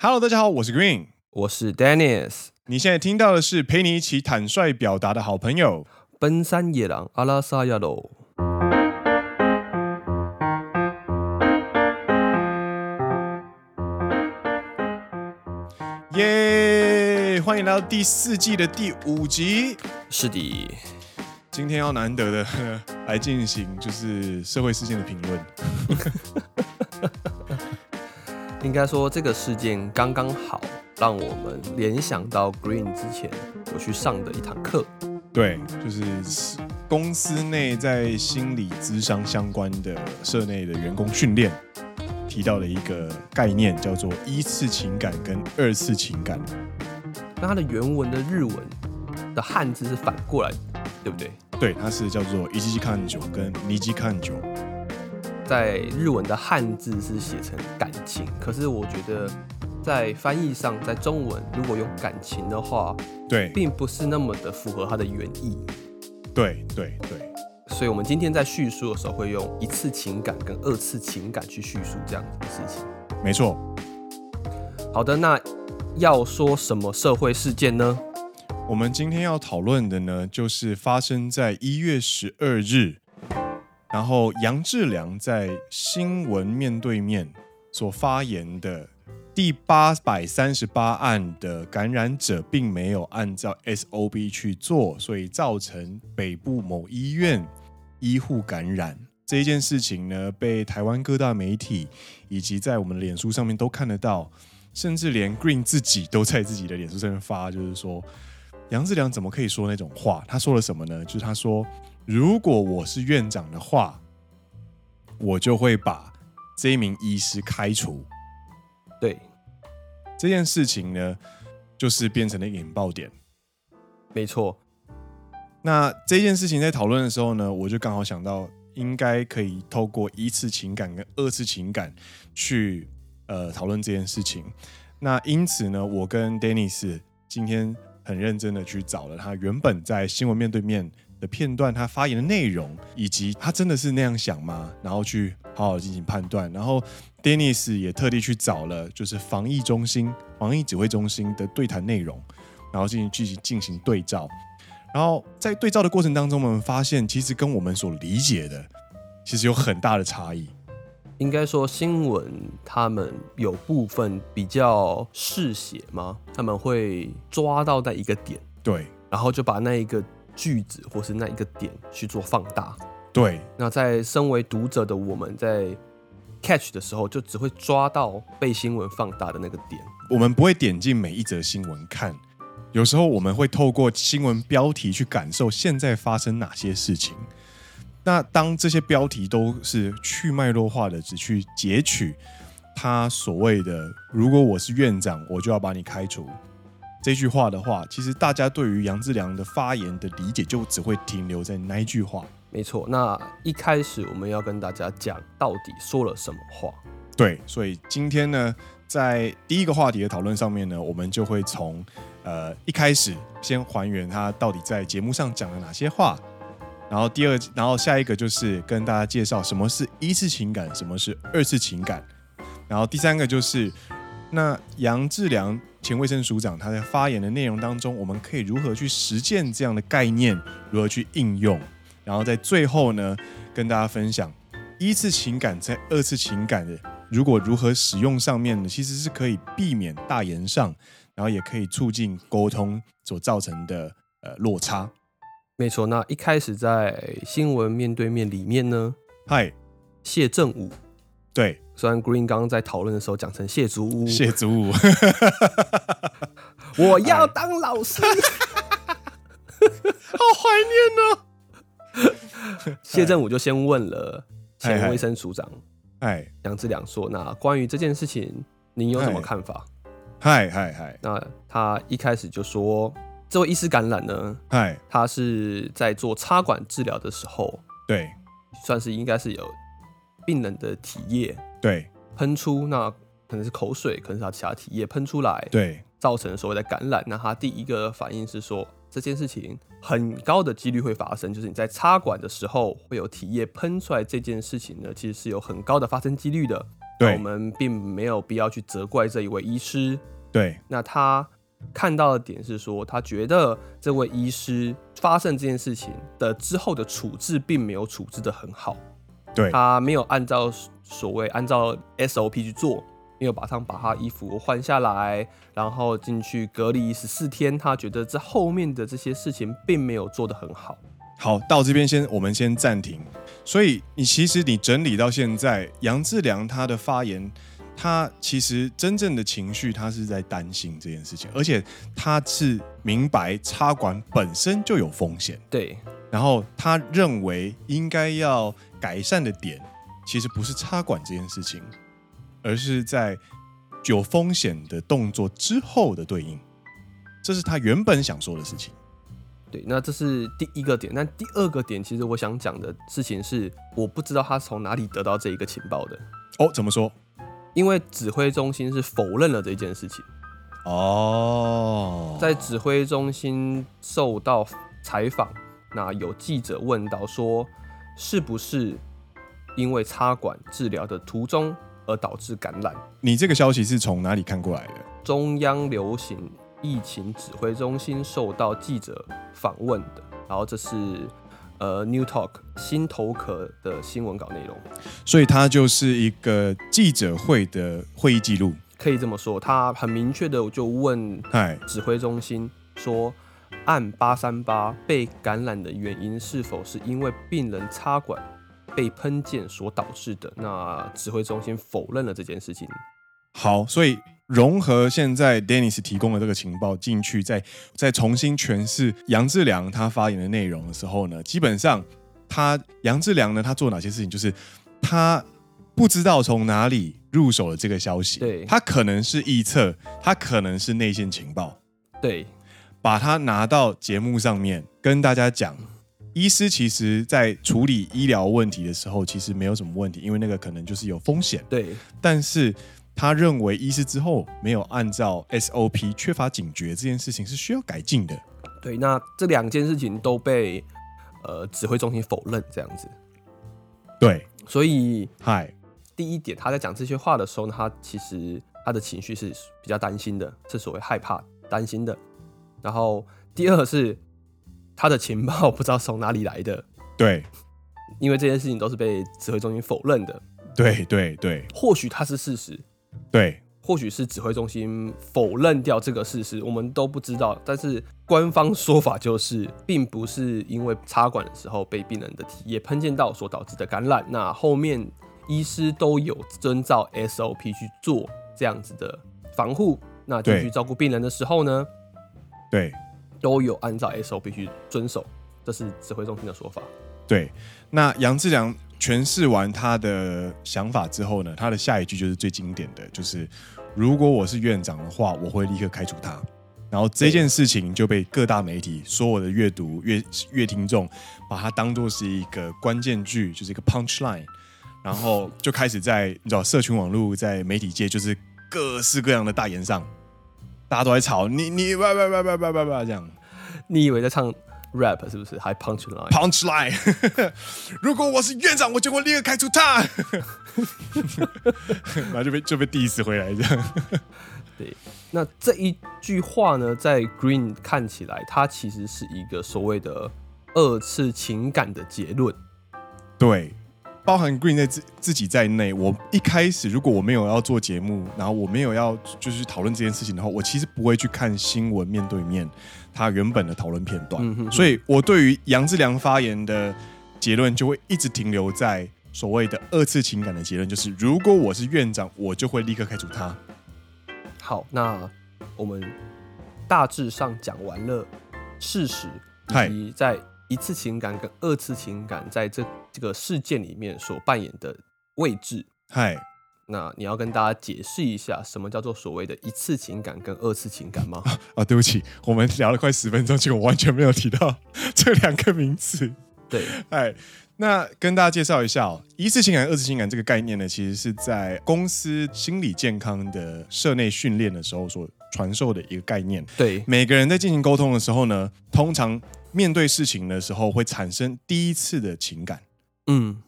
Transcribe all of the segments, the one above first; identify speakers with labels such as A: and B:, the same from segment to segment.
A: Hello，大家好，我是 Green。
B: 我是 Dennis，
A: 你现在听到的是陪你一起坦率表达的好朋友。
B: 奔山野狼阿拉萨亚罗。
A: 耶、欢迎来到第四季的第五集。
B: 是的，
A: 今天要难得的呵来进行就是社会事件的评论。
B: 应该说这个事件刚刚好让我们联想到 Green 之前我去上的一堂课。
A: 对，就是公司内在心理咨商相关的社内的员工训练提到了一个概念，叫做一次情感跟二次情感。
B: 那它的原文的日文的汉字是反过来，对不对？
A: 对，它是叫做一级看九跟二级看九。
B: 在日文的汉字是写成感情，可是我觉得在翻译上，在中文如果用感情的话，
A: 对，
B: 并不是那么的符合它的原意。
A: 对，对，对。
B: 所以，我们今天在叙述的时候会用一次情感跟二次情感去叙述这样子的事情。
A: 没错，
B: 好的，那要说什么社会事件呢？
A: 我们今天要讨论的呢，就是发生在一月十二日，然后杨志良在新闻面对面所发言的第八百三十八案的感染者并没有按照 SOB 去做，所以造成北部某医院医护感染。这一件事情呢，被台湾各大媒体以及在我们的脸书上面都看得到，甚至连 Green 自己都在自己的脸书上面发，就是说杨志良怎么可以说那种话？他说了什么呢？就是他说，如果我是院长的话，我就会把这一名医师开除。
B: 对，
A: 这件事情呢，就是变成了一个引爆点。
B: 没错，
A: 那这件事情在讨论的时候呢，我就刚好想到，应该可以透过一次情感跟二次情感去呃讨论这件事情。那因此呢，我跟 Dennis 今天很认真的去找了他原本在新闻面对面的片段，他发言的内容，以及他真的是那样想吗？然后去好好进行判断。然后 Dennis 也特地去找了就是防疫中心、防疫指挥中心的对谈内容，然后进行进行进行对照。然后在对照的过程当中，我们发现其实跟我们所理解的其实有很大的差异。
B: 应该说新闻他们有部分比较嗜血吗？他们会抓到那一个点，
A: 对
B: 然后就把那一个句子或是那一个点去做放大。
A: 对
B: 那在身为读者的我们在 catch 的时候，就只会抓到被新闻放大的那个点。
A: 我们不会点进每一则新闻看，有时候我们会透过新闻标题去感受现在发生哪些事情。那当这些标题都是去脉络化的，只去截取他所谓的“如果我是院长，我就要把你开除”这句话的话，其实大家对于杨志良的发言的理解就只会停留在那一句话。
B: 没错，那一开始我们要跟大家讲到底说了什么话。
A: 对，所以今天呢，在第一个话题的讨论上面呢，我们就会从呃一开始先还原他到底在节目上讲了哪些话，然后第二，然后下一个就是跟大家介绍什么是一次情感，什么是二次情感，然后第三个就是那杨志良前卫生署长他在发言的内容当中，我们可以如何去实践这样的概念，如何去应用，然后在最后呢，跟大家分享一次情感在二次情感的如果如何使用上面呢，其实是可以避免大言上，然后也可以促进沟通所造成的呃落差。
B: 没错，那一开始在新闻面对面里面呢，
A: 嗨，
B: 谢正武，
A: 对，
B: 虽然 Green 刚刚在讨论的时候讲成谢祖武，
A: 谢 祖武，
B: 我要当老师， 谢正武就先问了前卫生署长
A: 嗨
B: 杨志良说：“那关于这件事情，你有什么看法
A: 嗨嗨嗨？”
B: 那他一开始就说，这位医师感染呢，
A: 嗨，
B: 他是在做插管治疗的时候，
A: 对
B: 算是应该是有病人的体液
A: 对
B: 喷出，那可能是口水，可能是他其他体液喷出来，
A: 对
B: 造成所谓的感染。那他第一个反应是说，这件事情很高的几率会发生，就是你在插管的时候会有体液喷出来这件事情呢，其实是有很高的发生几率的。
A: 对
B: 我们并没有必要去责怪这一位医师。
A: 对，
B: 那他看到的点是说，他觉得这位医师发生这件事情的之后的处置，并没有处置的很好，
A: 对，
B: 他没有按照所谓按照 SOP 去做，没有马上把他衣服换下来，然后进去隔离十四天。他觉得这后面的这些事情并没有做得很好。
A: 好，到这边先，我们先暂停。所以你其实你整理到现在，杨志良他的发言，他其实真正的情绪，他是在担心这件事情，而且他是明白插管本身就有风险，
B: 对，
A: 然后他认为应该要改善的点，其实不是插管这件事情，而是在有风险的动作之后的对应，这是他原本想说的事情。
B: 对，那这是第一个点。那第二个点，其实我想讲的事情是，我不知道他从哪里得到这一个情报的，
A: 哦，怎么说？
B: 因为指挥中心是否认了这件事情，
A: 哦，
B: 在指挥中心受到采访，那有记者问到说，是不是因为插管治疗的途中而导致感染？
A: 你这个消息是从哪里看过来的？
B: 中央流行疫情指挥中心受到记者访问的，然后这是呃 New Talk 新头壳的新闻稿内容，
A: 所以它就是一个记者会的会议记录。
B: 可以这么说，他很明确的就问
A: 哎，
B: 指挥中心说，按八三八被感染的原因是否是因为病人插管被喷溅所导致的？那指挥中心否认了这件事情。
A: 好，所以融合现在 Dennis 提供的这个情报进去，再再重新诠释杨志良他发言的内容的时候呢，基本上他杨志良呢，他做哪些事情？就是他不知道从哪里入手了这个消息，
B: 对
A: 他可能是臆测，他可能是内线情报，
B: 对
A: 把它拿到节目上面跟大家讲。医师其实，在处理医疗问题的时候，其实没有什么问题，因为那个可能就是有风险。
B: 对
A: 但是他认为医师之后没有按照 SOP，缺乏警觉这件事情是需要改进的。
B: 对，那这两件事情都被呃指挥中心否认这样子，
A: 对，
B: 所以
A: 嗨，
B: 第一点，他在讲这些话的时候呢，他其实他的情绪是比较担心的，是所谓害怕、担心的。然后第二是他的情报不知道从哪里来的，
A: 对，
B: 因为这件事情都是被指挥中心否认的。
A: 对，对，对，
B: 或许它是事实，
A: 对，
B: 或许是指挥中心否认掉这个事实，我们都不知道。但是官方说法就是，并不是因为插管的时候被病人的体液喷溅到所导致的感染。那后面医师都有遵照 SOP 去做这样子的防护。那进去
A: 对
B: 照顾病人的时候呢，
A: 对，
B: 都有按照 SOP 去遵守，这是指挥中心的说法。
A: 对。那杨志良诠释完他的想法之后呢，他的下一句就是最经典的，就是如果我是院长的话，我会立刻开除他。然后这件事情就被各大媒体、所有的阅读、阅阅听众，把它当做是一个关键句，就是一个 punch line，然后就开始在你知道社群网络在媒体界就是各式各样的大言上，大家都在吵你你叭叭叭叭叭叭叭这样
B: 你以为在唱 rap 是不是？还 punch line？
A: punch line，如果我是院长，我就会立刻开除他， 然后就被就被 diss 回来这样，
B: 对，那这一句话呢，在 Green 看起来，它其实是一个所谓的二次情感的结论。
A: 对。包含 Green 在自自己在内，我一开始如果我没有要做节目，然后我没有要就是讨论这件事情的话，我其实不会去看新闻面对面他原本的讨论片段，
B: 嗯哼哼
A: 所以我对于杨志良发言的结论就会一直停留在所谓的二次情感的结论，就是如果我是院长，我就会立刻开除他。
B: 好，那我们大致上讲完了事实，
A: 嗨
B: 以及在一次情感跟二次情感在这这个事件里面所扮演的位置。
A: 嗨，
B: 那你要跟大家解释一下，什么叫做所谓的一次情感跟二次情感吗？
A: 啊，对不起， 我们聊了快十分钟，结果完全没有提到 这两个名词。
B: 对，
A: 哎，那跟大家介绍一下哦，一次情感、二次情感这个概念呢，其实是在公司心理健康的社内训练的时候所传授的一个概念。
B: 对，
A: 每个人在进行沟通的时候呢，通常面对事情的时候会产生第一次的情感，
B: 嗯，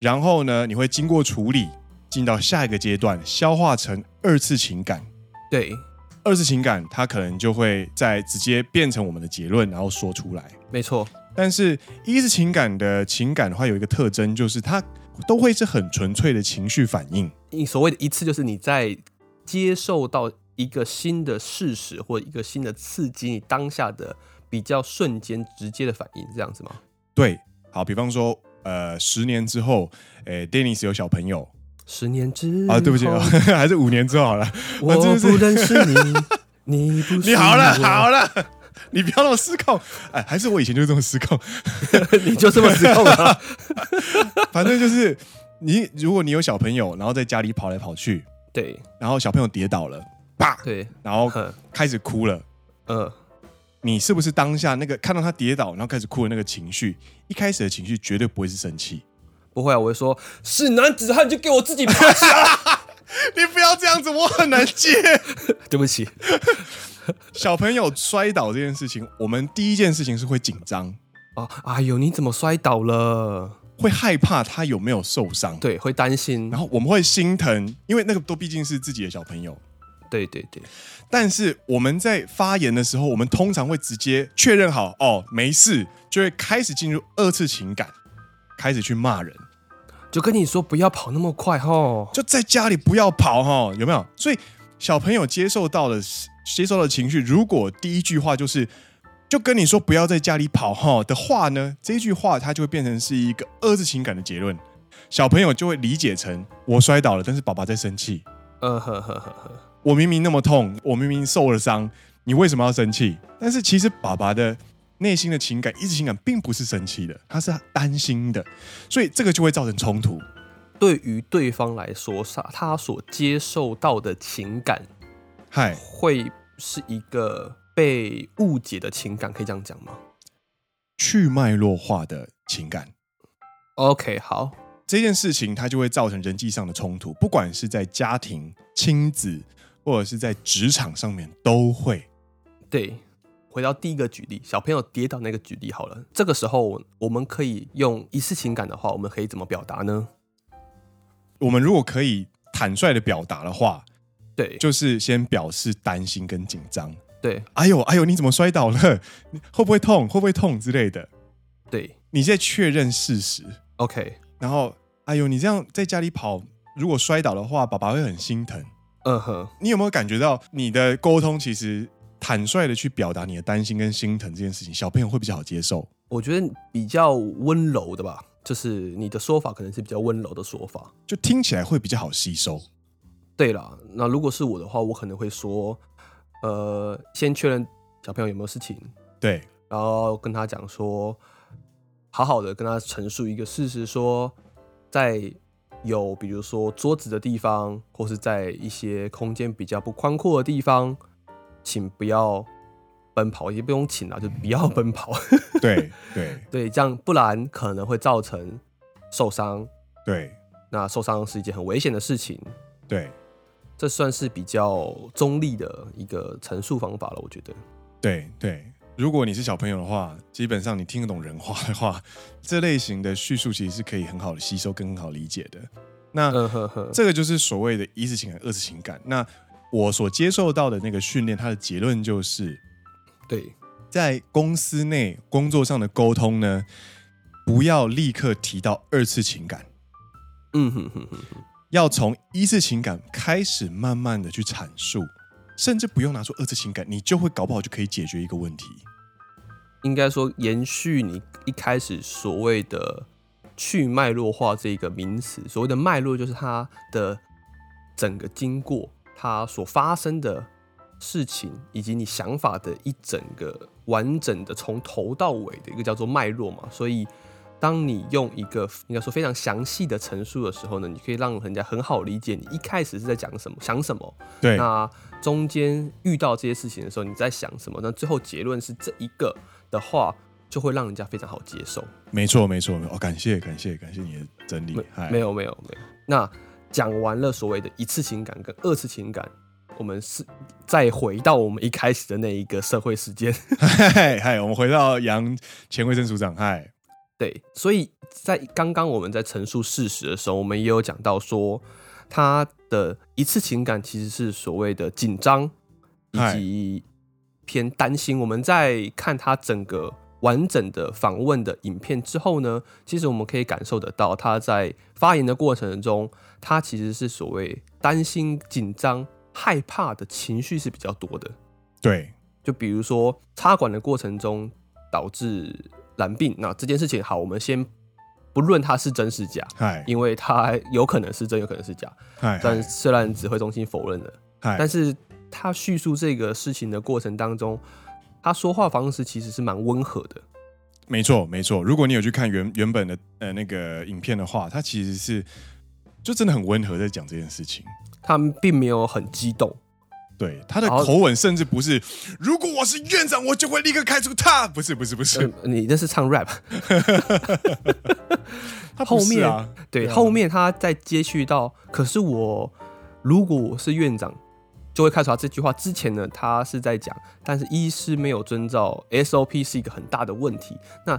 A: 然后呢，你会经过处理，进到下一个阶段，消化成二次情感。
B: 对，
A: 二次情感，它可能就会再直接变成我们的结论，然后说出来。
B: 没错，
A: 但是一次情感的情感的话，有一个特征就是它都会是很纯粹的情绪反应。
B: 你所谓的一次就是你在接受到一个新的事实或一个新的刺激，你当下的比较瞬间直接的反应，这样子吗？
A: 对，好，比方说，呃，十年之后，诶、d e n n i s 有小朋友
B: 十年之
A: 啊，对啊不起，
B: 后
A: 还是五年之后好了。
B: 我
A: 真的是
B: 不认识你，你 不是
A: 你好了，
B: 我
A: 好了， 你不要那么失控。哎，还是我以前就是这么失控。
B: 你就这么失控了？
A: 反正就是你，如果你有小朋友，然后在家里跑来跑去，
B: 对
A: 然后小朋友跌倒了，啪，
B: 对，嗯
A: 然后
B: 呵
A: 开始哭了。
B: 呃，
A: 你是不是当下那个看到他跌倒，然后开始哭的那个情绪？一开始的情绪绝对不会是生气，
B: 不会啊，我会说是男子汉就给我自 己爬起来。
A: 你不要这样子，我很难接。
B: 对不起，
A: 小朋友摔倒这件事情，我们第一件事情是会紧张，
B: 哦，哎呦，你怎么摔倒了？
A: 会害怕他有没有受伤，
B: 对，会担心
A: 然。后我们会心疼，因为那个都毕竟是自己的小朋友。
B: 对对对，
A: 但是我们在发言的时候，我们通常会直接确认好哦，没事，就会开始进入二次情感，开始去骂人，
B: 就跟你说不要跑那么快吼。
A: 就在家里不要跑哈、有没有？所以小朋友接受到的接受到的情绪，如果第一句话就是就跟你说不要在家里跑哈、的话呢，这一句话它就会变成是一个二次情感的结论，小朋友就会理解成我摔倒了，但是爸爸在生气，
B: 呃呵呵呵呵，
A: 我明明那么痛，我明明受了伤，你为什么要生气？但是其实爸爸的内心的情感，一直情感并不是生气的，他是担心的，所以这个就会造成冲突。
B: 对于对方来说，他他所接受到的情感
A: 嗨，
B: 会是一个被误解的情感，可以这样讲吗
A: 去脉络化的情感
B: ？OK，好，
A: 这件事情，它就会造成人际上的冲突，不管是在家庭、亲子，或者是在职场上面都会。
B: 对，回到第一个举例，小朋友跌倒那个举例好了。这个时候，我们可以用一次情感的话，我们可以怎么表达呢？
A: 我们如果可以坦率的表达的话，
B: 对，
A: 就是先表示担心跟紧张。
B: 对，
A: 哎呦，哎呦，你怎么摔倒了？你会不会痛？会不会痛之类的？
B: 对
A: 你在确认事实，
B: ，OK，
A: 然后，哎呦，你这样在家里跑，如果摔倒的话，爸爸会很心疼。
B: 嗯哼，
A: 你有没有感觉到你的沟通其实坦率的去表达你的担心跟心疼这件事情，小朋友会比较好接受？
B: 我觉得比较温柔的吧，就是你的说法可能是比较温柔的说法。
A: 就听起来会比较好吸收。
B: 对啦，那如果是我的话，我可能会说，呃，先确认小朋友有没有事情，
A: 对，
B: 然后跟他讲说，好好的跟他陈述一个事实说，在有比如说桌子的地方，或是在一些空间比较不宽阔的地方，请不要奔跑，也不用请啦，就不要奔跑。
A: 对，对，
B: 对，这样不然可能会造成受伤，
A: 对，
B: 那受伤是一件很危险的事情。
A: 对，
B: 这算是比较中立的一个陈述方法了，我觉得。
A: 对，对。如果你是小朋友的话，基本上你听得懂人话的话， 这类型的叙述其实是可以很好的吸收跟很好理解的。那
B: 嗯呵呵，
A: 这个就是所谓的一次情感、二次情感。那我所接受到的那个训练，它的结论就是
B: 对，
A: 在公司内工作上的沟通呢，不要立刻提到二次情感，
B: 嗯哼哼哼哼，
A: 要从一次情感开始，慢慢的去阐述，甚至不用拿出二次情感，你就会搞不好就可以解决一个问题。
B: 应该说延续你一开始所谓的去脉络化这个名词，所谓的脉络就是它的整个经过，它所发生的事情，以及你想法的一整个完整的从头到尾的一个叫做脉络嘛，所以。当你用一个应该说非常详细的陈述的时候呢，你可以让人家很好理解你一开始是在讲什么、想什么，
A: 对
B: 那中间遇到这些事情的时候，你在想什么？那最后结论是这一个的话，就会让人家非常好接受。
A: 没错，没错，没错。哦，感谢，感谢，感谢你的整理
B: 没。
A: 嗨
B: 没有没有没有。那讲完了所谓的一次情感跟二次情感，我们是再回到我们一开始的那一个社会事件。
A: 嗨 嗨，我们回到杨前卫生署长。嗨，
B: 对，所以在刚刚我们在陈述事实的时候，我们也有讲到说，他的一次情感其实是所谓的紧张以
A: 嗨
B: 及偏担心。我们在看他整个完整的访问的影片之后呢，其实我们可以感受得到他在发言的过程中，他其实是所谓担心、紧张、害怕的情绪是比较多的。
A: 对，
B: 就比如说插管的过程中导致染病，那这件事情好，我们先不论它是真是假，
A: 嗨，
B: 因为它有可能是真，有可能是假。
A: 嗨，
B: 但虽然指挥中心否认了，
A: 嗨，
B: 但是他叙述这个事情的过程当中，他说话方式其实是蛮温和的。
A: 没错，没错。如果你有去看原原本的呃那个影片的话，它其实是就真的很温和在讲这件事情。
B: 他并没有很激动，
A: 对他的
B: 然后
A: 口吻，甚至不是“如果我是院长，我就会立刻开除他”，不是，不是，不是，
B: 呃你那是唱 rap。
A: 他不是啊，
B: 对，
A: 对啊
B: 后面他再接续到，可是我如果我是院长，就会开除他这句话之前呢，他是在讲，但是医师没有遵照 SOP 是一个很大的问题。那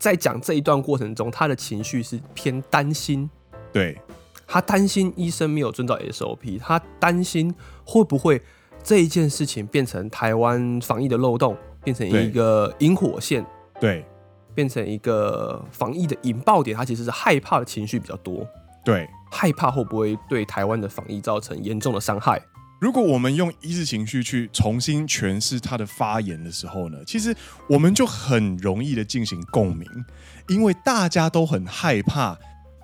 B: 在讲这一段过程中，他的情绪是偏担心，
A: 对，
B: 他担心医生没有遵照 SOP，他担心会不会这一件事情变成台湾防疫的漏洞，变成
A: 对
B: 一个引火线，
A: 对，
B: 变成一个防疫的引爆点。他其实是害怕的情绪比较多。
A: 对。
B: 害怕会不会对台湾的防疫造成严重的伤害？
A: 如果我们用一日情绪去重新诠释他的发言的时候呢，其实我们就很容易的进行共鸣，因为大家都很害怕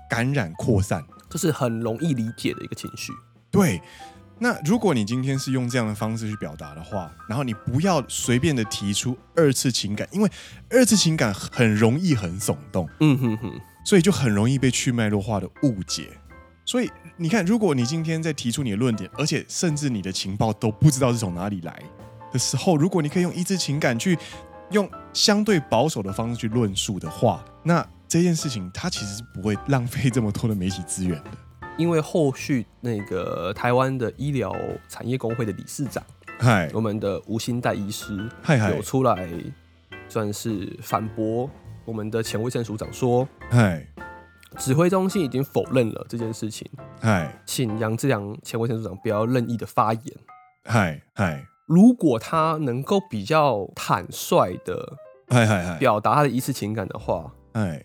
A: 感染扩散。
B: 这是很容易理解的一个情绪。
A: 对，那如果你今天是用这样的方式去表达的话，然后你不要随便的提出二次情感，因为二次情感很容易很耸动，
B: 嗯哼哼，
A: 所以就很容易被去脉络化的误解。所以你看，如果你今天在提出你的论点，而且甚至你的情报都不知道是从哪里来的时候，如果你可以用一致情感去用相对保守的方式去论述的话，那这件事情它其实是不会浪费这么多的媒体资源的。
B: 因为后续那个台湾的医疗产业工会的理事长，
A: 嗨
B: 我们的吴兴代医师
A: 嗨嗨
B: 有出来算是反驳我们的前卫生署长说，
A: 嗨
B: 指挥中心已经否认了这件事情，
A: 嗨
B: 请杨志良前卫生署长不要任意的发言。
A: 嗨嗨
B: 如果他能够比较坦率的
A: 嗨嗨嗨
B: 表达他的一次情感的话，
A: 嗨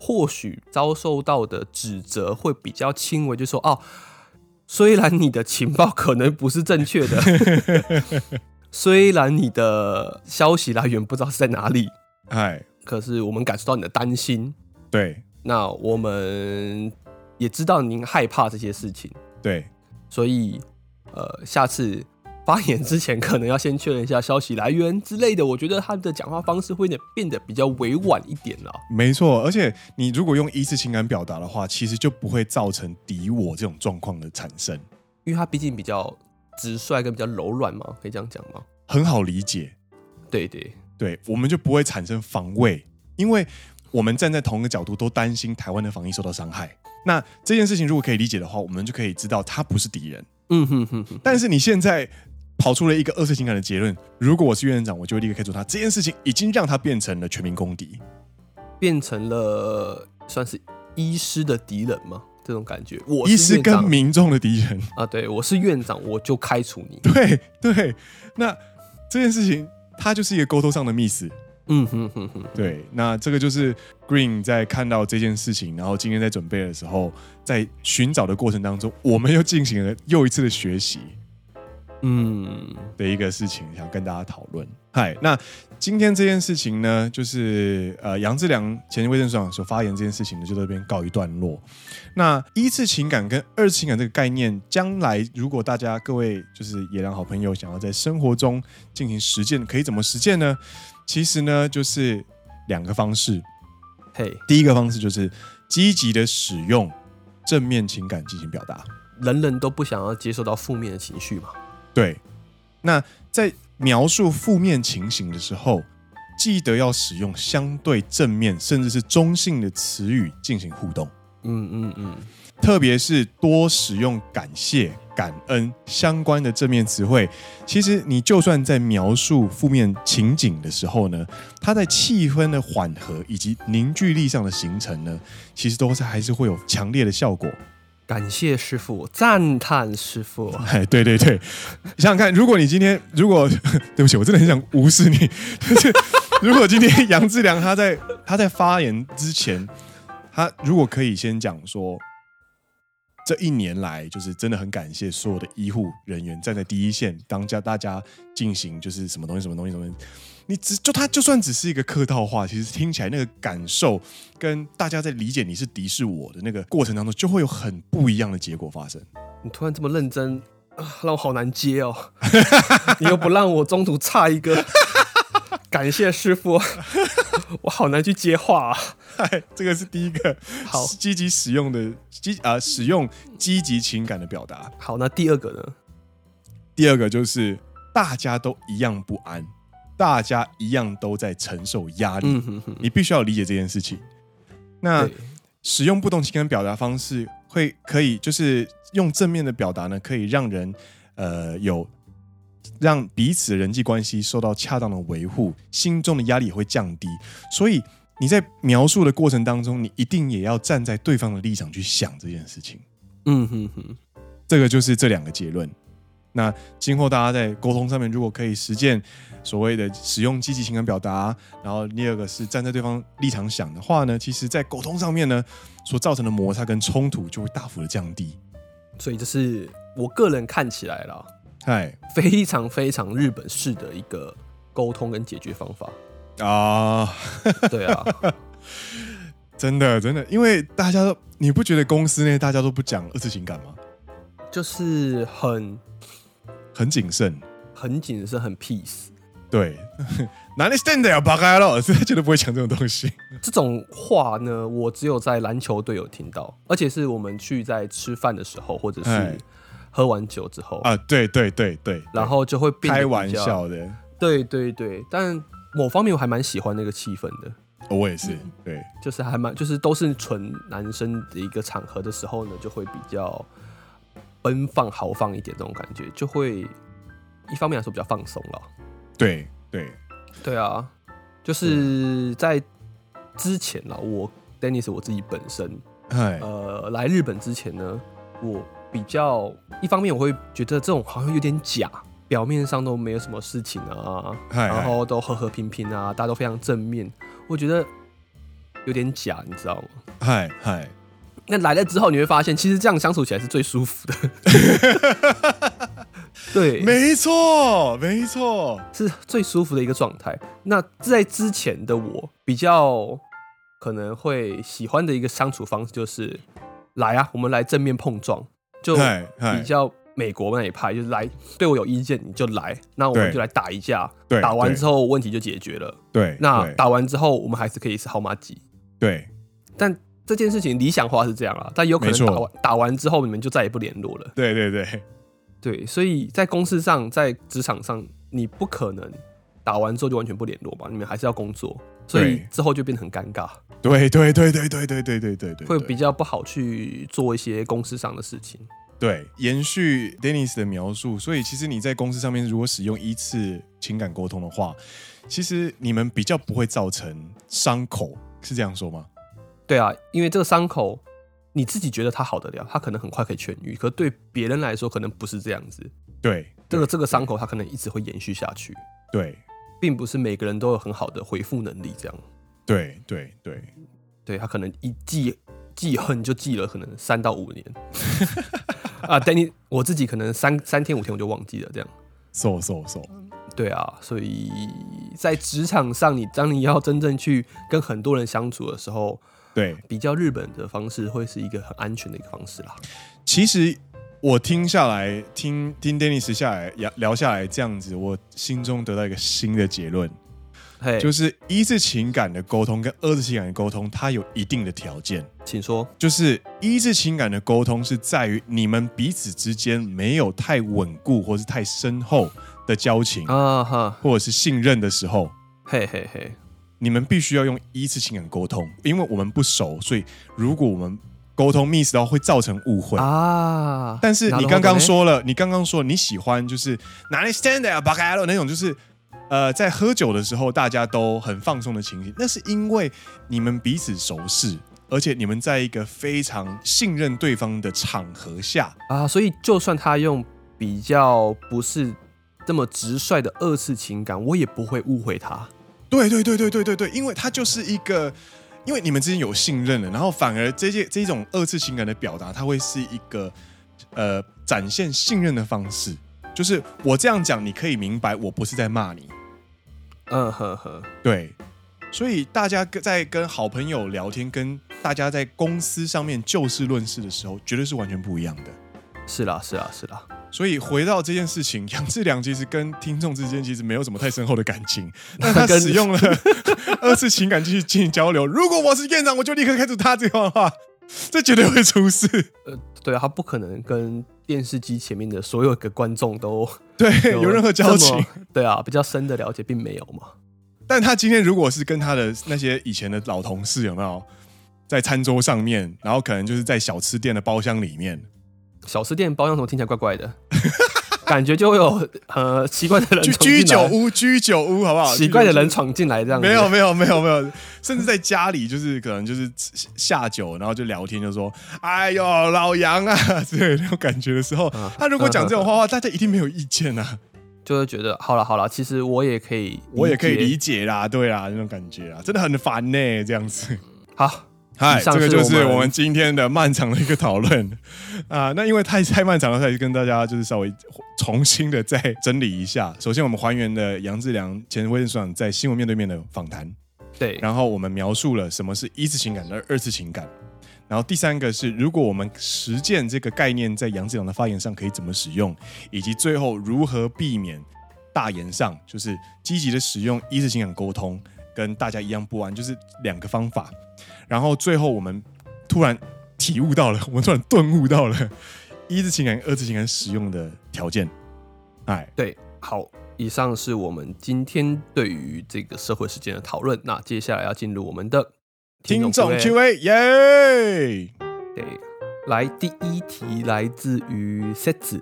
B: 或许遭受到的指责会比较轻微，就说哦，虽然你的情报可能不是正确的， 虽然你的消息来源不知道是在哪里，
A: 嗨，
B: 可是我们感受到你的担心，
A: 对
B: 那我们也知道您害怕这些事情，
A: 对
B: 所以呃，下次。发言之前可能要先确认一下消息来源之类的，我觉得他的讲话方式会变得变得比较委婉一点了。
A: 没错，而且你如果用一次情感表达的话，其实就不会造成敌我这种状况的产生，
B: 因为他毕竟比较直率跟比较柔软嘛，可以这样讲吗？
A: 很好理解。
B: 对对，
A: 对，我们就不会产生防卫，因为我们站在同一个角度，都担心台湾的防疫受到伤害。那这件事情如果可以理解的话，我们就可以知道他不是敌人。
B: 嗯哼哼哼，
A: 但是你现在跑出了一个二次情感的结论，如果我是院长，我就会立刻开除他。这件事情已经让他变成了全民公敌。
B: 变成了算是医师的敌人吗？这种感觉，我是
A: 医师
B: 院长
A: 跟民众的敌人。
B: 啊，对我是院长，我就开除你。
A: 对对，那这件事情它就是一个沟通上的 miss。
B: 嗯哼哼哼，
A: 对，那这个就是 Green 在看到这件事情，然后今天在准备的时候，在寻找的过程当中，我们又进行了又一次的学习
B: 嗯，
A: 的一个事情，想跟大家讨论。嗨，那今天这件事情呢，就是呃杨志良前卫生署长所发言这件事情呢，就到这边告一段落。那一次情感跟二次情感这个概念，将来如果大家各位就是野良好朋友想要在生活中进行实践，可以怎么实践呢？其实呢，就是两个方式。
B: 嘿，
A: 第一个方式就是积极的使用正面情感进行表达。
B: 人人都不想要接受到负面的情绪嘛。
A: 对，那在描述负面情形的时候，记得要使用相对正面甚至是中性的词语进行互动，
B: 嗯嗯嗯，
A: 特别是多使用感谢、感恩相关的正面词汇。其实你就算在描述负面情景的时候呢，它在气氛的缓和以及凝聚力上的形成呢，其实都是还是会有强烈的效果。
B: 感谢师傅，赞叹师傅。
A: 哎，对对对，你想想看，如果你今天如果 对不起，我真的很想无视你， 就是如果今天杨志良他在他在发言之前，他如果可以先讲说，这一年来就是真的很感谢所有的医护人员站在第一线，当家大家进行就是什么东西什么东西什么东西。你只就他就算只是一个客套话，其实听起来那个感受跟大家在理解你是敌是我的那个过程当中，就会有很不一样的结果发生。
B: 你突然这么认真，啊让我好难接哦。 你又不让我中途差一个， 感谢师傅， 我好难去接话啊。
A: 嗨，哎这个是第一个，
B: 好
A: 积极使用的积啊、使用积极情感的表达。
B: 好，那第二个呢？
A: 第二个就是大家都一样不安，大家一样都在承受压力，
B: 嗯哼哼，
A: 你必须要理解这件事情。那
B: 对
A: 使用不同情感表达方式会可以，就是用正面的表达呢，可以让人呃有让彼此的人际关系受到恰当的维护，心中的压力也会降低。所以你在描述的过程当中，你一定也要站在对方的立场去想这件事情。
B: 嗯哼哼，
A: 这个就是这两个结论。那今后大家在沟通上面，如果可以实践所谓的使用积极情感表达，然后第二个是站在对方立场想的话呢，其实在沟通上面呢，所造成的摩擦跟冲突就会大幅的降低。
B: 所以这是我个人看起来啦，
A: 嗨
B: 非常非常日本式的一个沟通跟解决方法。
A: 啊、
B: 对啊，
A: 真的真的，因为大家都你不觉得公司内大家都不讲二次情感吗？
B: 就是很
A: 很谨慎，
B: 很谨慎，很 peace。
A: 对， 哪里 stand there 拔开了，真的绝对不会讲这种东西。
B: 这种话呢，我只有在篮球队有听到，而且是我们去在吃饭的时候，或者
A: 哎
B: 是喝完酒之后，
A: 啊，对对对对，
B: 然后就会变得
A: 开
B: 比
A: 玩
B: 较。
A: 笑的，
B: 对对对，但某方面我还蛮喜欢那个气氛的，
A: 我也是，对。
B: 就是还蛮就是都是纯男生的一个场合的时候呢，就会比较奔放豪放一点，这种感觉就会一方面来说比较放松了。
A: 对对，
B: 对啊，就是在之前啦，我 Dennis 我自己本身，
A: 哎，
B: 呃，来日本之前呢，我比较一方面我会觉得这种好像有点假，表面上都没有什么事情啊，
A: 嗨
B: 然后都和和平平啊，大家都非常正面，我觉得有点假，你知道吗？
A: 嗨嗨，
B: 那来了之后，你会发现，其实这样相处起来是最舒服的。 对，
A: 没错没错，
B: 是最舒服的一个状态。那在之前的我比较可能会喜欢的一个相处方式就是，来啊，我们来正面碰撞，就
A: 嗨
B: 比
A: 嗨，
B: 较美国那一派，就是来对我有意见你就来，那我们
A: 对
B: 就来打一架，
A: 对
B: 打完
A: 对
B: 之后问题就解决了。
A: 对，
B: 那
A: 对
B: 打完之后，我们还是可以是好马几。
A: 对
B: 但这件事情理想化是这样啊，但有可
A: 没
B: 能
A: 错
B: 打完打完之后，你们就再也不联络了。
A: 对对对，
B: 对，所以在公司上，在职场上，你不可能打完之后就完全不联络吧？你们还是要工作，所以
A: 对
B: 之后就变得很尴尬，
A: 对对对对对对对对对对，
B: 会比较不好去做一些公司上的事情。
A: 对延续 Dennis 的描述，所以其实你在公司上面如果使用一次情感沟通的话，其实你们比较不会造成伤口，是这样说吗？
B: 对啊，因为这个伤口你自己觉得它好得了，它可能很快可以痊愈，可对别人来说可能不是这样子。
A: 对
B: 这个这个伤口它可能一直会延续下去，
A: 对
B: 并不是每个人都有很好的回复能力。这样，
A: 对对对，
B: 对他可能一记记恨就记了可能三到 五年。啊，等你我自己可能三三天五天我就忘记了这样。
A: 瘦瘦瘦，
B: 对啊，所以在职场上，你当你要真正去跟很多人相处的时候，
A: 对，
B: 比较日本的方式会是一个很安全的一个方式啦。
A: 其实我听下来，听听 Dennis 下来聊聊下来这样子，我心中得到一个新的结论，
B: 嘿，
A: 就是是一次情感的沟通跟二次情感的沟通，它有一定的条件，
B: 请说。
A: 就是一次情感的沟通是在于你们彼此之间没有太稳固或是太深厚的交情，
B: 啊哈，
A: 或者是信任的时候。
B: 嘿嘿嘿，
A: 你们必须要用一次情感沟通，因为我们不熟，所以如果我们沟通 miss 到会造成误会
B: 啊，
A: 但是
B: なるほ
A: 你
B: どね
A: 刚刚，说了，你刚刚说你喜欢就是哪里 stand there 巴开了那种，就是呃，在喝酒的时候大家都很放松的情形，那是因为你们彼此熟识，而且你们在一个非常信任对方的场合下，
B: 啊，所以就算他用比较不是这么直率的二次情感，我也不会误会他。
A: 对对对对对对对，因为它就是一个，因为你们之间有信任了，然后反而这些这种二次情感的表达，它会是一个呃展现信任的方式。就是我这样讲，你可以明白我不是在骂你。
B: 嗯呵呵，
A: 对，所以大家跟在跟好朋友聊天，跟大家在公司上面就事论事的时候，绝对是完全不一样的。
B: 是啦是啦是啦，
A: 所以回到这件事情， 杨志良其实跟听众之间其实没有什么太深厚的感 情，但他
B: 跟
A: 使用了 二次情感去进行交流。如果我是院长，我就立刻开除他这样的话， 这绝对会出事。
B: 对啊，他不可能跟电视机前面的所有的观 众都
A: 对，有任何交
B: 这
A: 情
B: 么。，对啊，比较深的了解并没有嘛。
A: 但他今天如果是跟他的那些以前的老同事有没有在餐桌上面，然后可能就是在小吃店的包厢里面，
B: 小吃店包厢怎么听起来怪怪的？ 感觉就会有呃奇怪的人
A: 居
B: 闯进来
A: 居酒屋，居酒屋好不好？
B: 奇怪的
A: 居酒屋
B: 人闯进来这样子。
A: 没有没有没有没有，甚至在家里就是可能就是下下酒，然后就聊天，就说“哎呦老杨啊” 之类的那种感觉的时候，
B: 嗯
A: 他如果讲这种话话，大家一定没有意见 啊，
B: 就会觉得好了好了，其实我也可以，
A: 我也可以理。解啦，对啦，那种感觉啊，真的很烦呢、这样子。
B: 好，
A: 嗨，
B: 以上
A: 这个
B: 是
A: 就
B: 我
A: 是
B: 们
A: 我们今天的漫长的一个讨论啊。那因为太太漫长了，所以跟大家就是稍微重新的再整理一下。首先，我们还原了杨志良前卫生长在新闻面对面的访谈。
B: 对，
A: 然后我们描述了什么是一次情感和二次情感，然后第三个是如果我们实践这个概念在杨志良的发言上可以怎么使用，以及最后如何避免大言上，就是积极的使用一次情感沟通，跟大家一样不安，就是两个方法。然后最后我们突然体悟到了， 我们突然顿悟到了一次情感、二次情感使用的条件。哎，
B: 对，好，以上是我们今天对于这个社会事件的讨论。那接下来要进入我们的
A: 听众
B: Q&A
A: Q&A，耶！
B: 对，来第一题来自于 Set 子，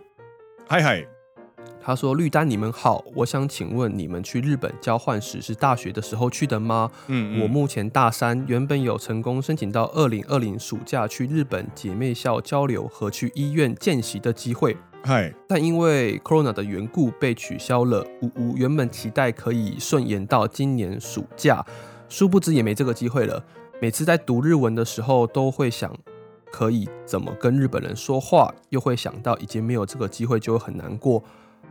A: 嗨嗨，
B: 他说：“绿丹，你们好，我想请问你们去日本交换时是大学的时候去的吗？
A: 嗯
B: 我目前大三，原本有成功申请到二零二零暑假去日本姐妹校交流和去医院见习的机会，
A: 嗨。
B: 但因为 Corona 的缘故被取消了。我我原本期待可以顺延到今年暑假，殊不知也没这个机会了。每次在读日文的时候，都会想可以怎么跟日本人说话，又会想到已经没有这个机会，就会很难过。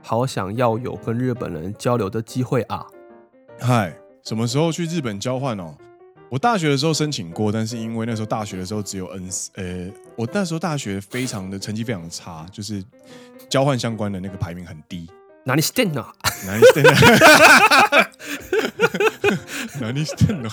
B: 好想要有跟日本人交流的机会啊！
A: 嗨，什么时候去日本交换哦？我大学的时候申请过，但是因为那时候大学的时候只有 N 四，呃，我那时候大学非常的成绩非常差，就是交换相关的那个排名很低。
B: 哪里是电脑？啊
A: 何してんの？何してんの？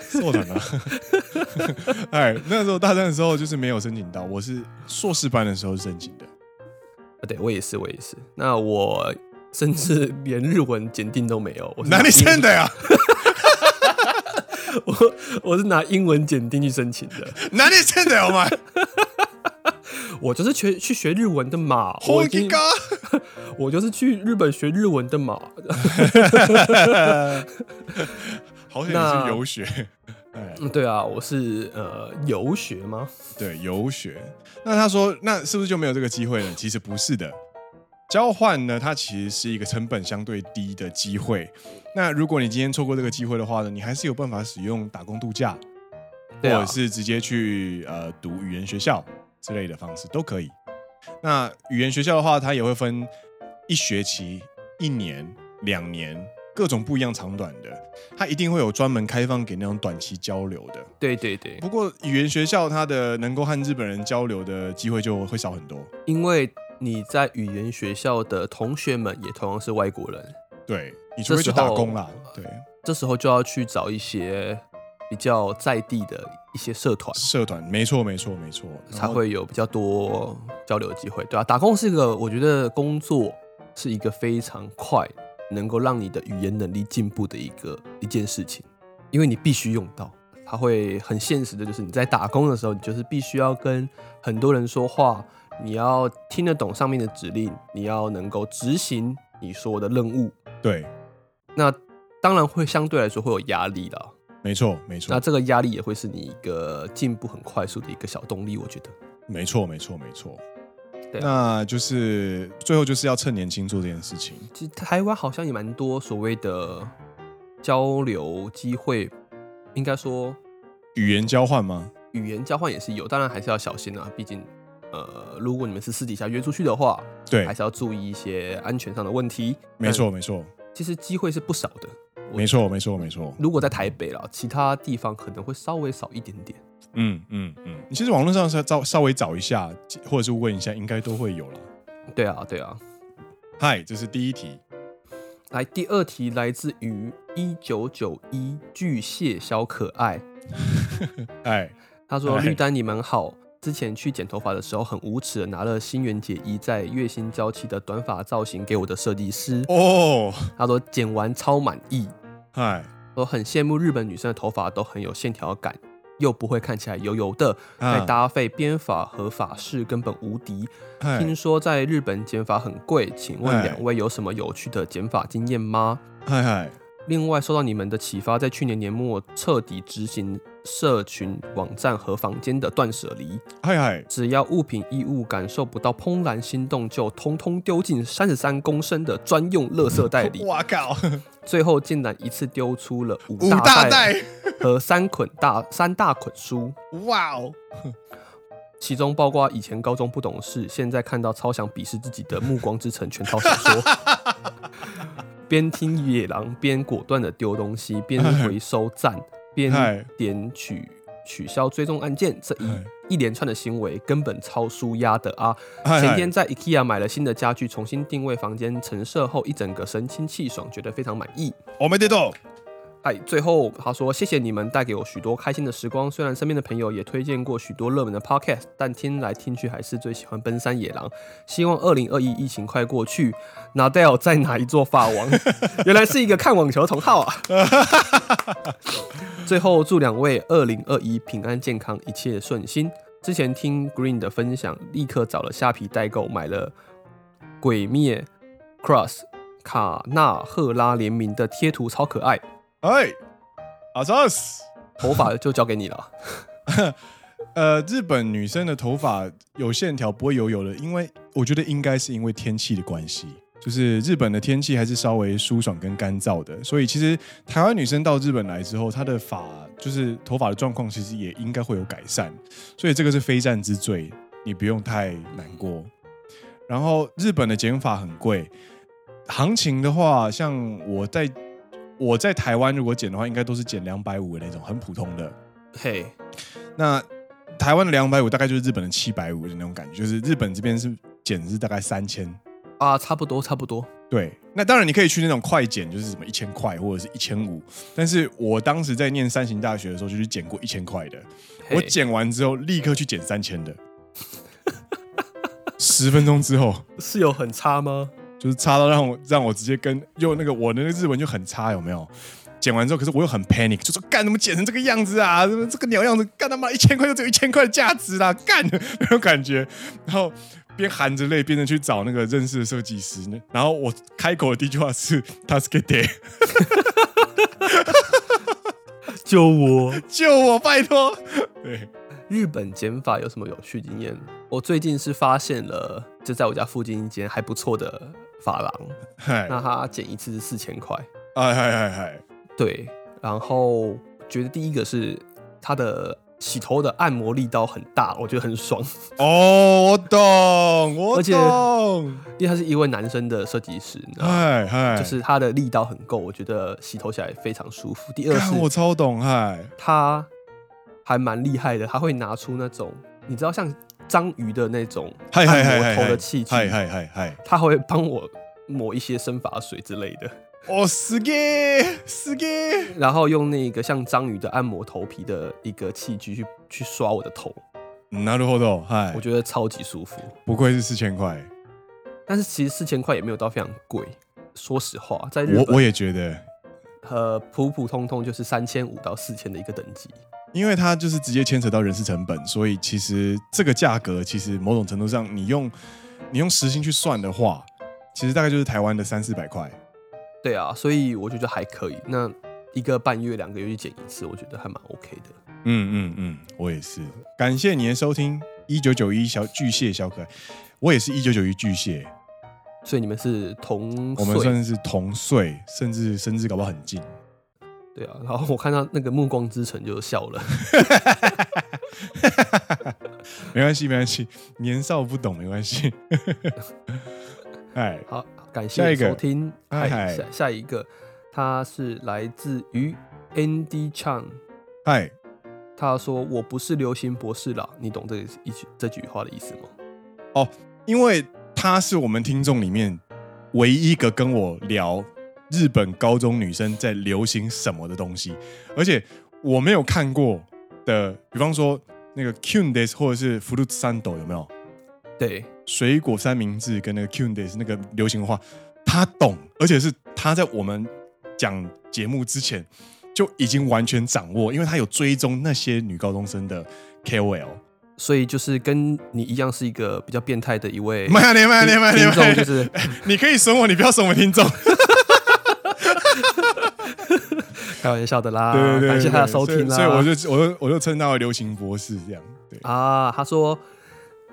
A: そうだな。哎，那时候大三的时候就是没有申请到，我是硕士班的时候申请的。
B: 啊对我也是，我也是。那我甚至连日文检定都没有，我是拿
A: 何してんだよ？
B: 我我是拿英文检定去申请的。
A: 何してんだよお前？
B: 我就是去去学日文的嘛，我
A: 本
B: 已经
A: 気か？
B: 我就是去日本学日文的嘛。
A: 好险你
B: 那
A: 是游学。哎。
B: 嗯对啊，我是呃游学吗？
A: 对，游学。那他说，那是不是就没有这个机会了？其实不是的，交换呢，它其实是一个成本相对低的机会。那如果你今天错过这个机会的话呢，你还是有办法使用打工度假，
B: 对
A: 或
B: 啊
A: 者，是直接去呃读语言学校之类的方式都可以。那语言学校的话，它也会分一学期、一年、两年各种不一样长短的，它一定会有专门开放给那种短期交流的。
B: 对对对，
A: 不过语言学校它的能够和日本人交流的机会就会少很多。
B: 因为你在语言学校的同学们也同样是外国人，
A: 对，你除非去打工啦。对，
B: 这时候就要去找一些比较在地的一些社团，
A: 社团没错没错没错，然
B: 才
A: 后
B: 会有比较多交流的机会，对啊，打工是一个，我觉得工作是一个非常快能够让你的语言能力进步的一个一件事情，因为你必须用到。它会很现实的，就是你在打工的时候，你就是必须要跟很多人说话，你要听得懂上面的指令，你要能够执行你说的任务。
A: 对
B: 那当然会相对来说会有压力了，
A: 没错，没错
B: 那，这个压力也会是你一个进步很快速的一个小动力，我觉得。
A: 没错，没错，没错。
B: 对啊
A: 那就是最后就是要趁年轻做这件事情。
B: 其实台湾好像也蛮多所谓的交流机会，应该说
A: 语言交换吗？
B: 语言交换也是有，当然还是要小心啊，毕竟呃，如果你们是私底下约出去的话，
A: 对
B: 还，是呃要注意一些安全上的问题。
A: 没，错，没错，
B: 其实机会是不少的。我
A: 没错，没错，没错。
B: 如果在台北啦，其他地方可能会稍微少一点点。
A: 嗯嗯嗯，你其实网络上稍稍稍微找一下，或者是问一下，应该都会有了。
B: 对啊，对啊。
A: 嗨，这是第一题。
B: 来，第二题来自于一九九一巨蟹小可爱，
A: 哎，
B: 他说：“
A: 哎
B: 绿丹，你们好。之前去剪头发的时候，很无耻的拿了新垣结衣在月薪娇妻的短发造型给我的设计师，
A: 哦，
B: 他说剪完超满意，
A: 嗨
B: 我很羡慕日本女生的头发都很有线条感，又不会看起来油油的，再
A: 啊
B: 搭配编发和发饰根本无敌。
A: 嗨
B: 听说在日本剪发很贵，请问
A: 哎
B: 两位有什么有趣的剪发经验吗？
A: 嗨嗨，
B: 另外，受到你们的启发，在去年年末彻底执行社群网站和房间的断舍离，
A: 嗨嗨，
B: 只要物品衣物感受不到怦然心动，就通通丢进三十三公升的专用垃圾袋里。
A: 哇靠，
B: 最后竟然一次丢出了五
A: 五
B: 大
A: 大
B: 袋
A: 袋，
B: 和三捆大 三大捆书，
A: 哇哦，
B: 其中包括以前高中不懂事，现在看到超想鄙视自己的《暮光之城》全套小 说。边听野狼边果断的丢东西，边回收站，边
A: 嗨
B: 点取取消追踪按键，这
A: 嗨
B: 一一连串的行为根本超舒压的啊！
A: 嗨
B: 前
A: 嗨
B: 天在 IKEA 买了新的家具，重新定位房间陈设后，一整个神清气爽，觉得非常满意。
A: 我没得到，
B: 哎，最后他说：“谢谢你们带给我许多开心的时光。虽然身边的朋友也推荐过许多热门的 podcast，但听来听去还是最喜欢《奔山野狼》。希望二零二一疫情快过去，纳戴尔在哪一座法王？ 原来是一个看网球同好啊！ 最后祝两位二零二一平安健康，一切顺心。之前听 Green 的分享，立刻找了虾皮代购买了《鬼灭 Cross》卡纳赫拉联名的贴图，超可爱。”
A: 哎，阿萨斯。
B: 头发就交给你了。
A: 呃，日本女生的头发有线条不会油油的，因为我觉得应该是因为天气的关系，就是日本的天气还是稍微舒爽跟干燥的，所以其实台湾女生到日本来之后，她的发就是头发的状况其实也应该会有改善，所以这个是非战之罪，你不用太难过。然后日本的剪发很贵，行情的话，像我在我在台湾如果剪的话，应该都是剪两百五的那种很普通的，
B: 嘿，
A: 那台湾的两百五大概就是日本的七百五的那种感觉，就是日本这边是减是大概三千。
B: 啊，差不多，差不多。
A: 对，那当然你可以去那种快减，就是什么一千块或者是一千五。但是我当时在念三型大学的时候，就是减过一千块的，
B: 嘿
A: 我剪完之后立刻去减三千的，十分钟之后
B: 是有很差吗？
A: 就是差到让我让我直接跟用那个我的那个日文就很差，有没有？剪完之后，可是我又很 panic，就说干怎么剪成这个样子啊？怎么这个鸟样子？干他妈一千块就只有一千块的价值啦！干那种感觉，然后边含着泪边的去找那个认识的设计师，然后我开口的第一句话是 t a s k e
B: 就我
A: 救我，拜托！对，
B: 日本剪发有什么有趣经验？我最近是发现了，就在我家附近一间还不错的发廊，
A: 嗨
B: 那他剪一次是四千块。
A: 哎嗨嗨嗨，
B: 对，然后觉得第一个是他的洗头的按摩力道很大，我觉得很爽，
A: 哦，我懂，我
B: 而且
A: 懂，
B: 因为他是一位男生的设计师，那
A: 嗨嗨，
B: 就是他的力道很够，我觉得洗头起来非常舒服。第二
A: 干
B: 是
A: 我超懂，嗨，
B: 他还蛮厉害的，他会拿出那种你知道像章鱼的那种
A: 嗨嗨嗨
B: 按
A: 嗨
B: 摩头
A: 嗨
B: 的器具，
A: 嗨嗨嗨嗨。
B: 他会帮我抹一些生发水之类的，
A: 哦，すげえ，すげえ。
B: 然后用那个像章鱼的按摩头皮的一个器具去去刷我的头，
A: なるほど，嗨
B: 我，觉得超级舒服。
A: 不愧是四千块，
B: 但是其实四千块也没有到非常贵，说实话，在日
A: 我
B: 本
A: 我也觉得，
B: 呃普普通通就是三千五到四千的一个等级。
A: 因为它就是直接牵扯到人事成本，所以其实这个价格其实某种程度上，你用你用时薪去算的话，其实大概就是台湾的三四百块。
B: 对啊，所以我就觉得还可以。那一个半月、两个月去检一次，我觉得还蛮 OK 的。
A: 嗯嗯嗯，我也是。感谢你的收听，一九九一小巨蟹小可爱，我也是一九九一巨蟹，
B: 所以你们是同
A: 我们
B: 岁
A: 算是同岁，甚至甚至搞不好很近。
B: 对啊。然后我看到那个《暮光之城》就笑了，
A: 没关系，没关系，年少不懂没关系。 哎，
B: 好，感
A: 下
B: 谢
A: 一个
B: 收听。
A: 嗨
B: 哎
A: 嗨
B: 下下一个，他是来自于 Andy Chang，
A: 嗨，
B: 他说：“我不是流行博士啦，你懂这个一句这句话的意思吗？”
A: 因为他是我们听众里面唯一一个跟我聊日本高中女生在流行什么的东西，而且我没有看过的，比方说那个 c u n d e s 或者是 Fruit Sando 有没有？
B: 对，
A: 水果三明治跟那个 c u n d e s 那个流行文化，他懂，而且是他在我们讲节目之前就已经完全掌握，因为他有追踪那些女高中生的 KOL。
B: 所以就是跟你一样是一个比较变态的一位
A: 慢点，慢点，慢点，
B: 听
A: 慢
B: 众，
A: 点，
B: 就是
A: 你可以损我，你不要损我听众。
B: 开玩笑的啦。
A: 对对对，
B: 啊感谢
A: 对
B: 他的收听啦。
A: 所以所以我就我就我就称他为流行博士这样。对，
B: 啊，他说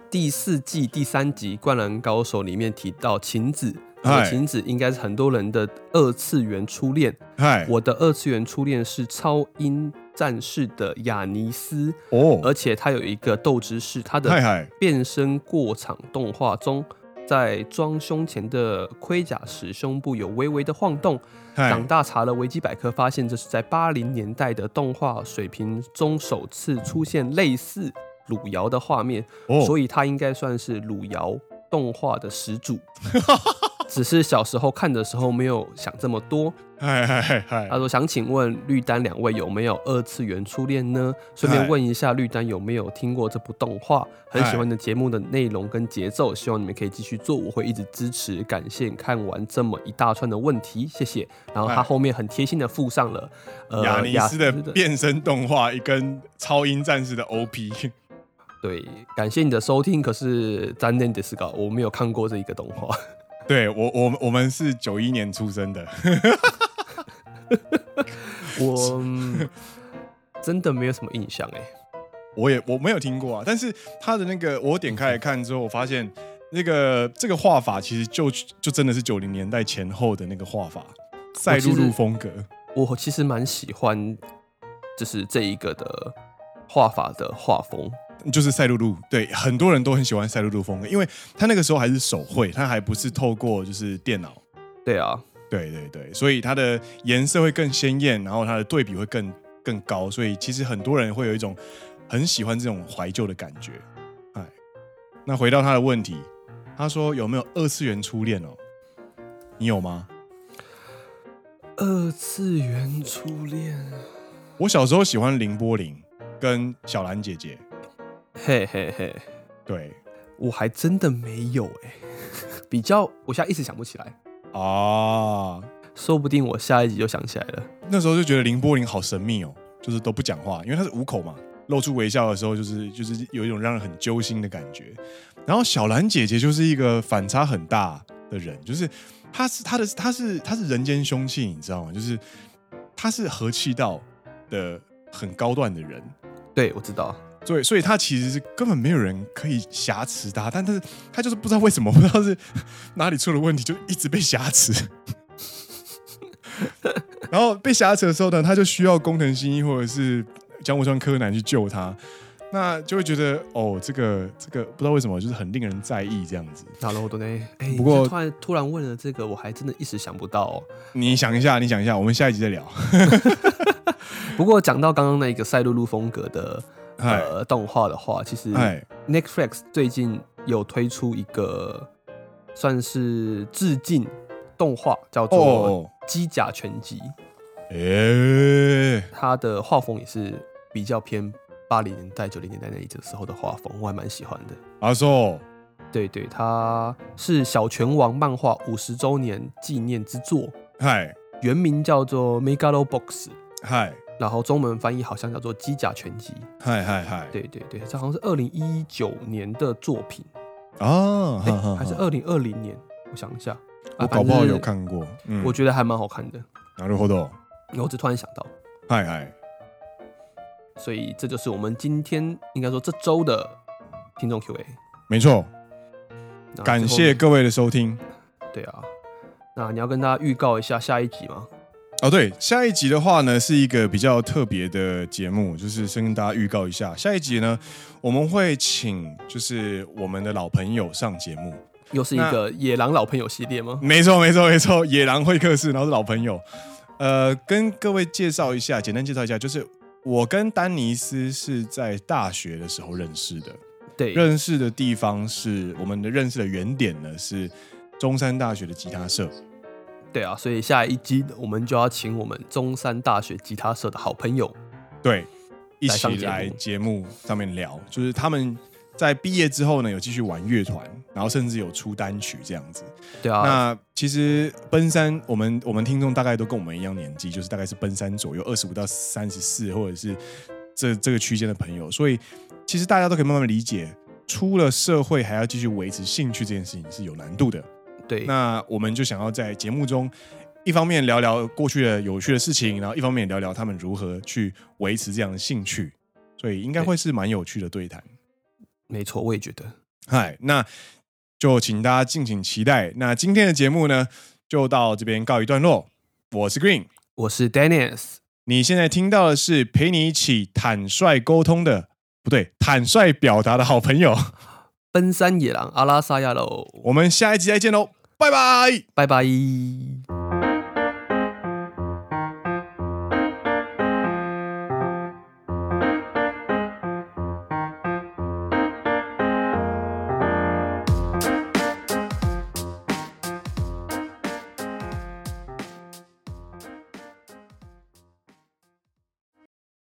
B: 第四季第三集《灌篮高手》里面提到晴子，他
A: 嗨
B: 说晴子应该是很多人的二次元初恋。
A: 嗨，
B: 我的二次元初恋是超音战士的雅尼斯，
A: 哦，
B: 而且他有一个斗之士，他
A: 嗨
B: 的
A: 嗨，
B: 变身过场动画中。在装胸前的盔甲时，胸部有微微的晃动。
A: 嗨
B: 长，大查了维基百科，发现这是在八零年代的动画水平中首次出现类似汝窑的画面，
A: 哦，
B: 所以他应该算是汝窑动画的始祖。只是小时候看的时候没有想这么多。
A: 嗨嗨嗨嗨
B: 他，说：“想请问绿丹两位有没有二次元初恋呢？顺便问一下绿丹有没有听过这部动画？很喜欢你的节目的内容跟节奏，希望你们可以继续做，我会一直支持。感谢看完这么一大串的问题，谢谢。然后
A: 嗨
B: 他后面很贴心的附上了呃
A: 雅尼斯的
B: 的
A: 变身动画，一根超音战士的 OP。
B: 对，感谢你的收听。可是咱念的是个我没有看过这一个动 画。”
A: 对我，我们我们是九一年出生的，
B: 我嗯真的没有什么印象哎、
A: 我也我没有听过啊。但是他的那个，我点开来看之后，我发现那个这个画法其实就就真的是九零年代前后的那个画法，赛璐璐风格。
B: 我其实蛮喜欢，就是这一个的画法的画风。
A: 就是赛璐璐，对，很多人都很喜欢赛璐璐风格，因为他那个时候还是手绘，他还不是透过就是电脑，
B: 对啊，
A: 对对对，所以它的颜色会更鲜艳，然后它的对比会更更高，所以其实很多人会有一种很喜欢这种怀旧的感觉。哎，那回到他的问题，他说有没有二次元初恋哦？你有吗？
B: 二次元初恋，
A: 我小时候喜欢凌波玲跟小兰姐姐，
B: 嘿嘿嘿，
A: 对
B: 我还真的没有哎、 比较，我现在一时想不起来，
A: 啊，
B: 说不定我下一集就想起来了。
A: 那时候就觉得凌波玲好神秘哦，就是都不讲话，因为她是五口嘛，露出微笑的时候，就是就是有一种让人很揪心的感觉。然后小兰姐姐就是一个反差很大的人，就是她是她的她是她是人间凶器，你知道吗？就是她是和气道的很高段的人，
B: 对，我知道，
A: 所以所以她其实是根本没有人可以挟持她，但但是她就是不知道为什么，不知道是哪里出了问题，就一直被挟持。 然后被挟持的时候呢，她就需要工藤新一或者是江户川柯南去救她，那就会觉得哦，这个这个不知道为什么就是很令人在意这样子。
B: 哪了我都呢。哎、
A: 不过
B: 你突然突然问了这个，我还真的一时想不到、哦。
A: 你想一下，你想一下，我们下一集再聊。
B: 不过讲到刚刚那一个赛璐璐风格的
A: 嗨
B: 呃动画的话，其实
A: 哎
B: Netflix 最近有推出一个算是致敬动画，叫做《
A: 哦，
B: 机甲拳击》，
A: 哎，
B: 它的画风也是比较偏八零年代、九零年代那一阵时候的画风，我还蛮喜欢的。
A: 阿寿，
B: 对对，它是小拳王漫画五十周年纪念之作，
A: 嗨
B: 原名叫做《Megalobox》，
A: 嗨
B: 然后中文翻译好像叫做《机甲拳击》。
A: 嗨嗨嗨，
B: 对对对，这好像是二零一九年的作品，
A: 啊，
B: 哎、
A: 哈哈
B: 还是
A: 哈
B: 二零二零年？我想一下，啊
A: 我搞不好有。
B: 反正是
A: 看过，嗯
B: 我觉得还蛮好看的。
A: なるほど。
B: 我只突然想到，
A: 嗨嗨，
B: 所以这就是我们今天应该说这周的听众 Q&A。
A: 没错，
B: 那
A: 感
B: 啊最
A: 谢
B: 后。
A: 各位的收听。
B: 对啊，那你要跟大家预告一下下一集吗？
A: 哦，对，下一集的话呢，是一个比较特别的节目，就是先跟大家预告一下，下一集呢，我们会请就是我们的老朋友上节目。
B: 又是一个野狼老朋友系列吗？
A: 没错，没错，没错，野狼会客室，然后是老朋友。呃，跟各位介绍一下，简单介绍一下，就是我跟丹尼斯是在大学的时候认识的，
B: 对，
A: 嗯认识的地方是我们的认识的原点呢是中山大学的吉他社。
B: 对啊，所以下一集我们就要请我们中山大学吉他社的好朋友，
A: 对，一
B: 来上
A: 起
B: 节目
A: 来节目上面聊，就是他们在毕业之后呢，有继续玩乐团，然后甚至有出单曲这样子。
B: 对啊，
A: 那其实奔三，我们我们听众大概都跟我们一样年纪，就是大概是奔三左右，二十五到三十四，或者是这这个区间的朋友，所以其实大家都可以慢慢理解。出了社会还要继续维持兴趣这件事情是有难度的。
B: 对，
A: 那我们就想要在节目中，一方面聊聊过去的有趣的事情，然后一方面也聊聊他们如何去维持这样的兴趣，所以应该会是蛮有趣的对谈。
B: 没错，我也觉得，
A: 嗨，那就请大家敬请期待。那今天的节目呢，就到这边告一段落。我是 Green，
B: 我是 Dennis，
A: 你现在听到的是陪你一起坦率沟通的，不对，坦率表达的好朋友。
B: 奔山野狼阿拉萨亚喽，
A: 我们下一集再见喽，拜拜。
B: 拜拜。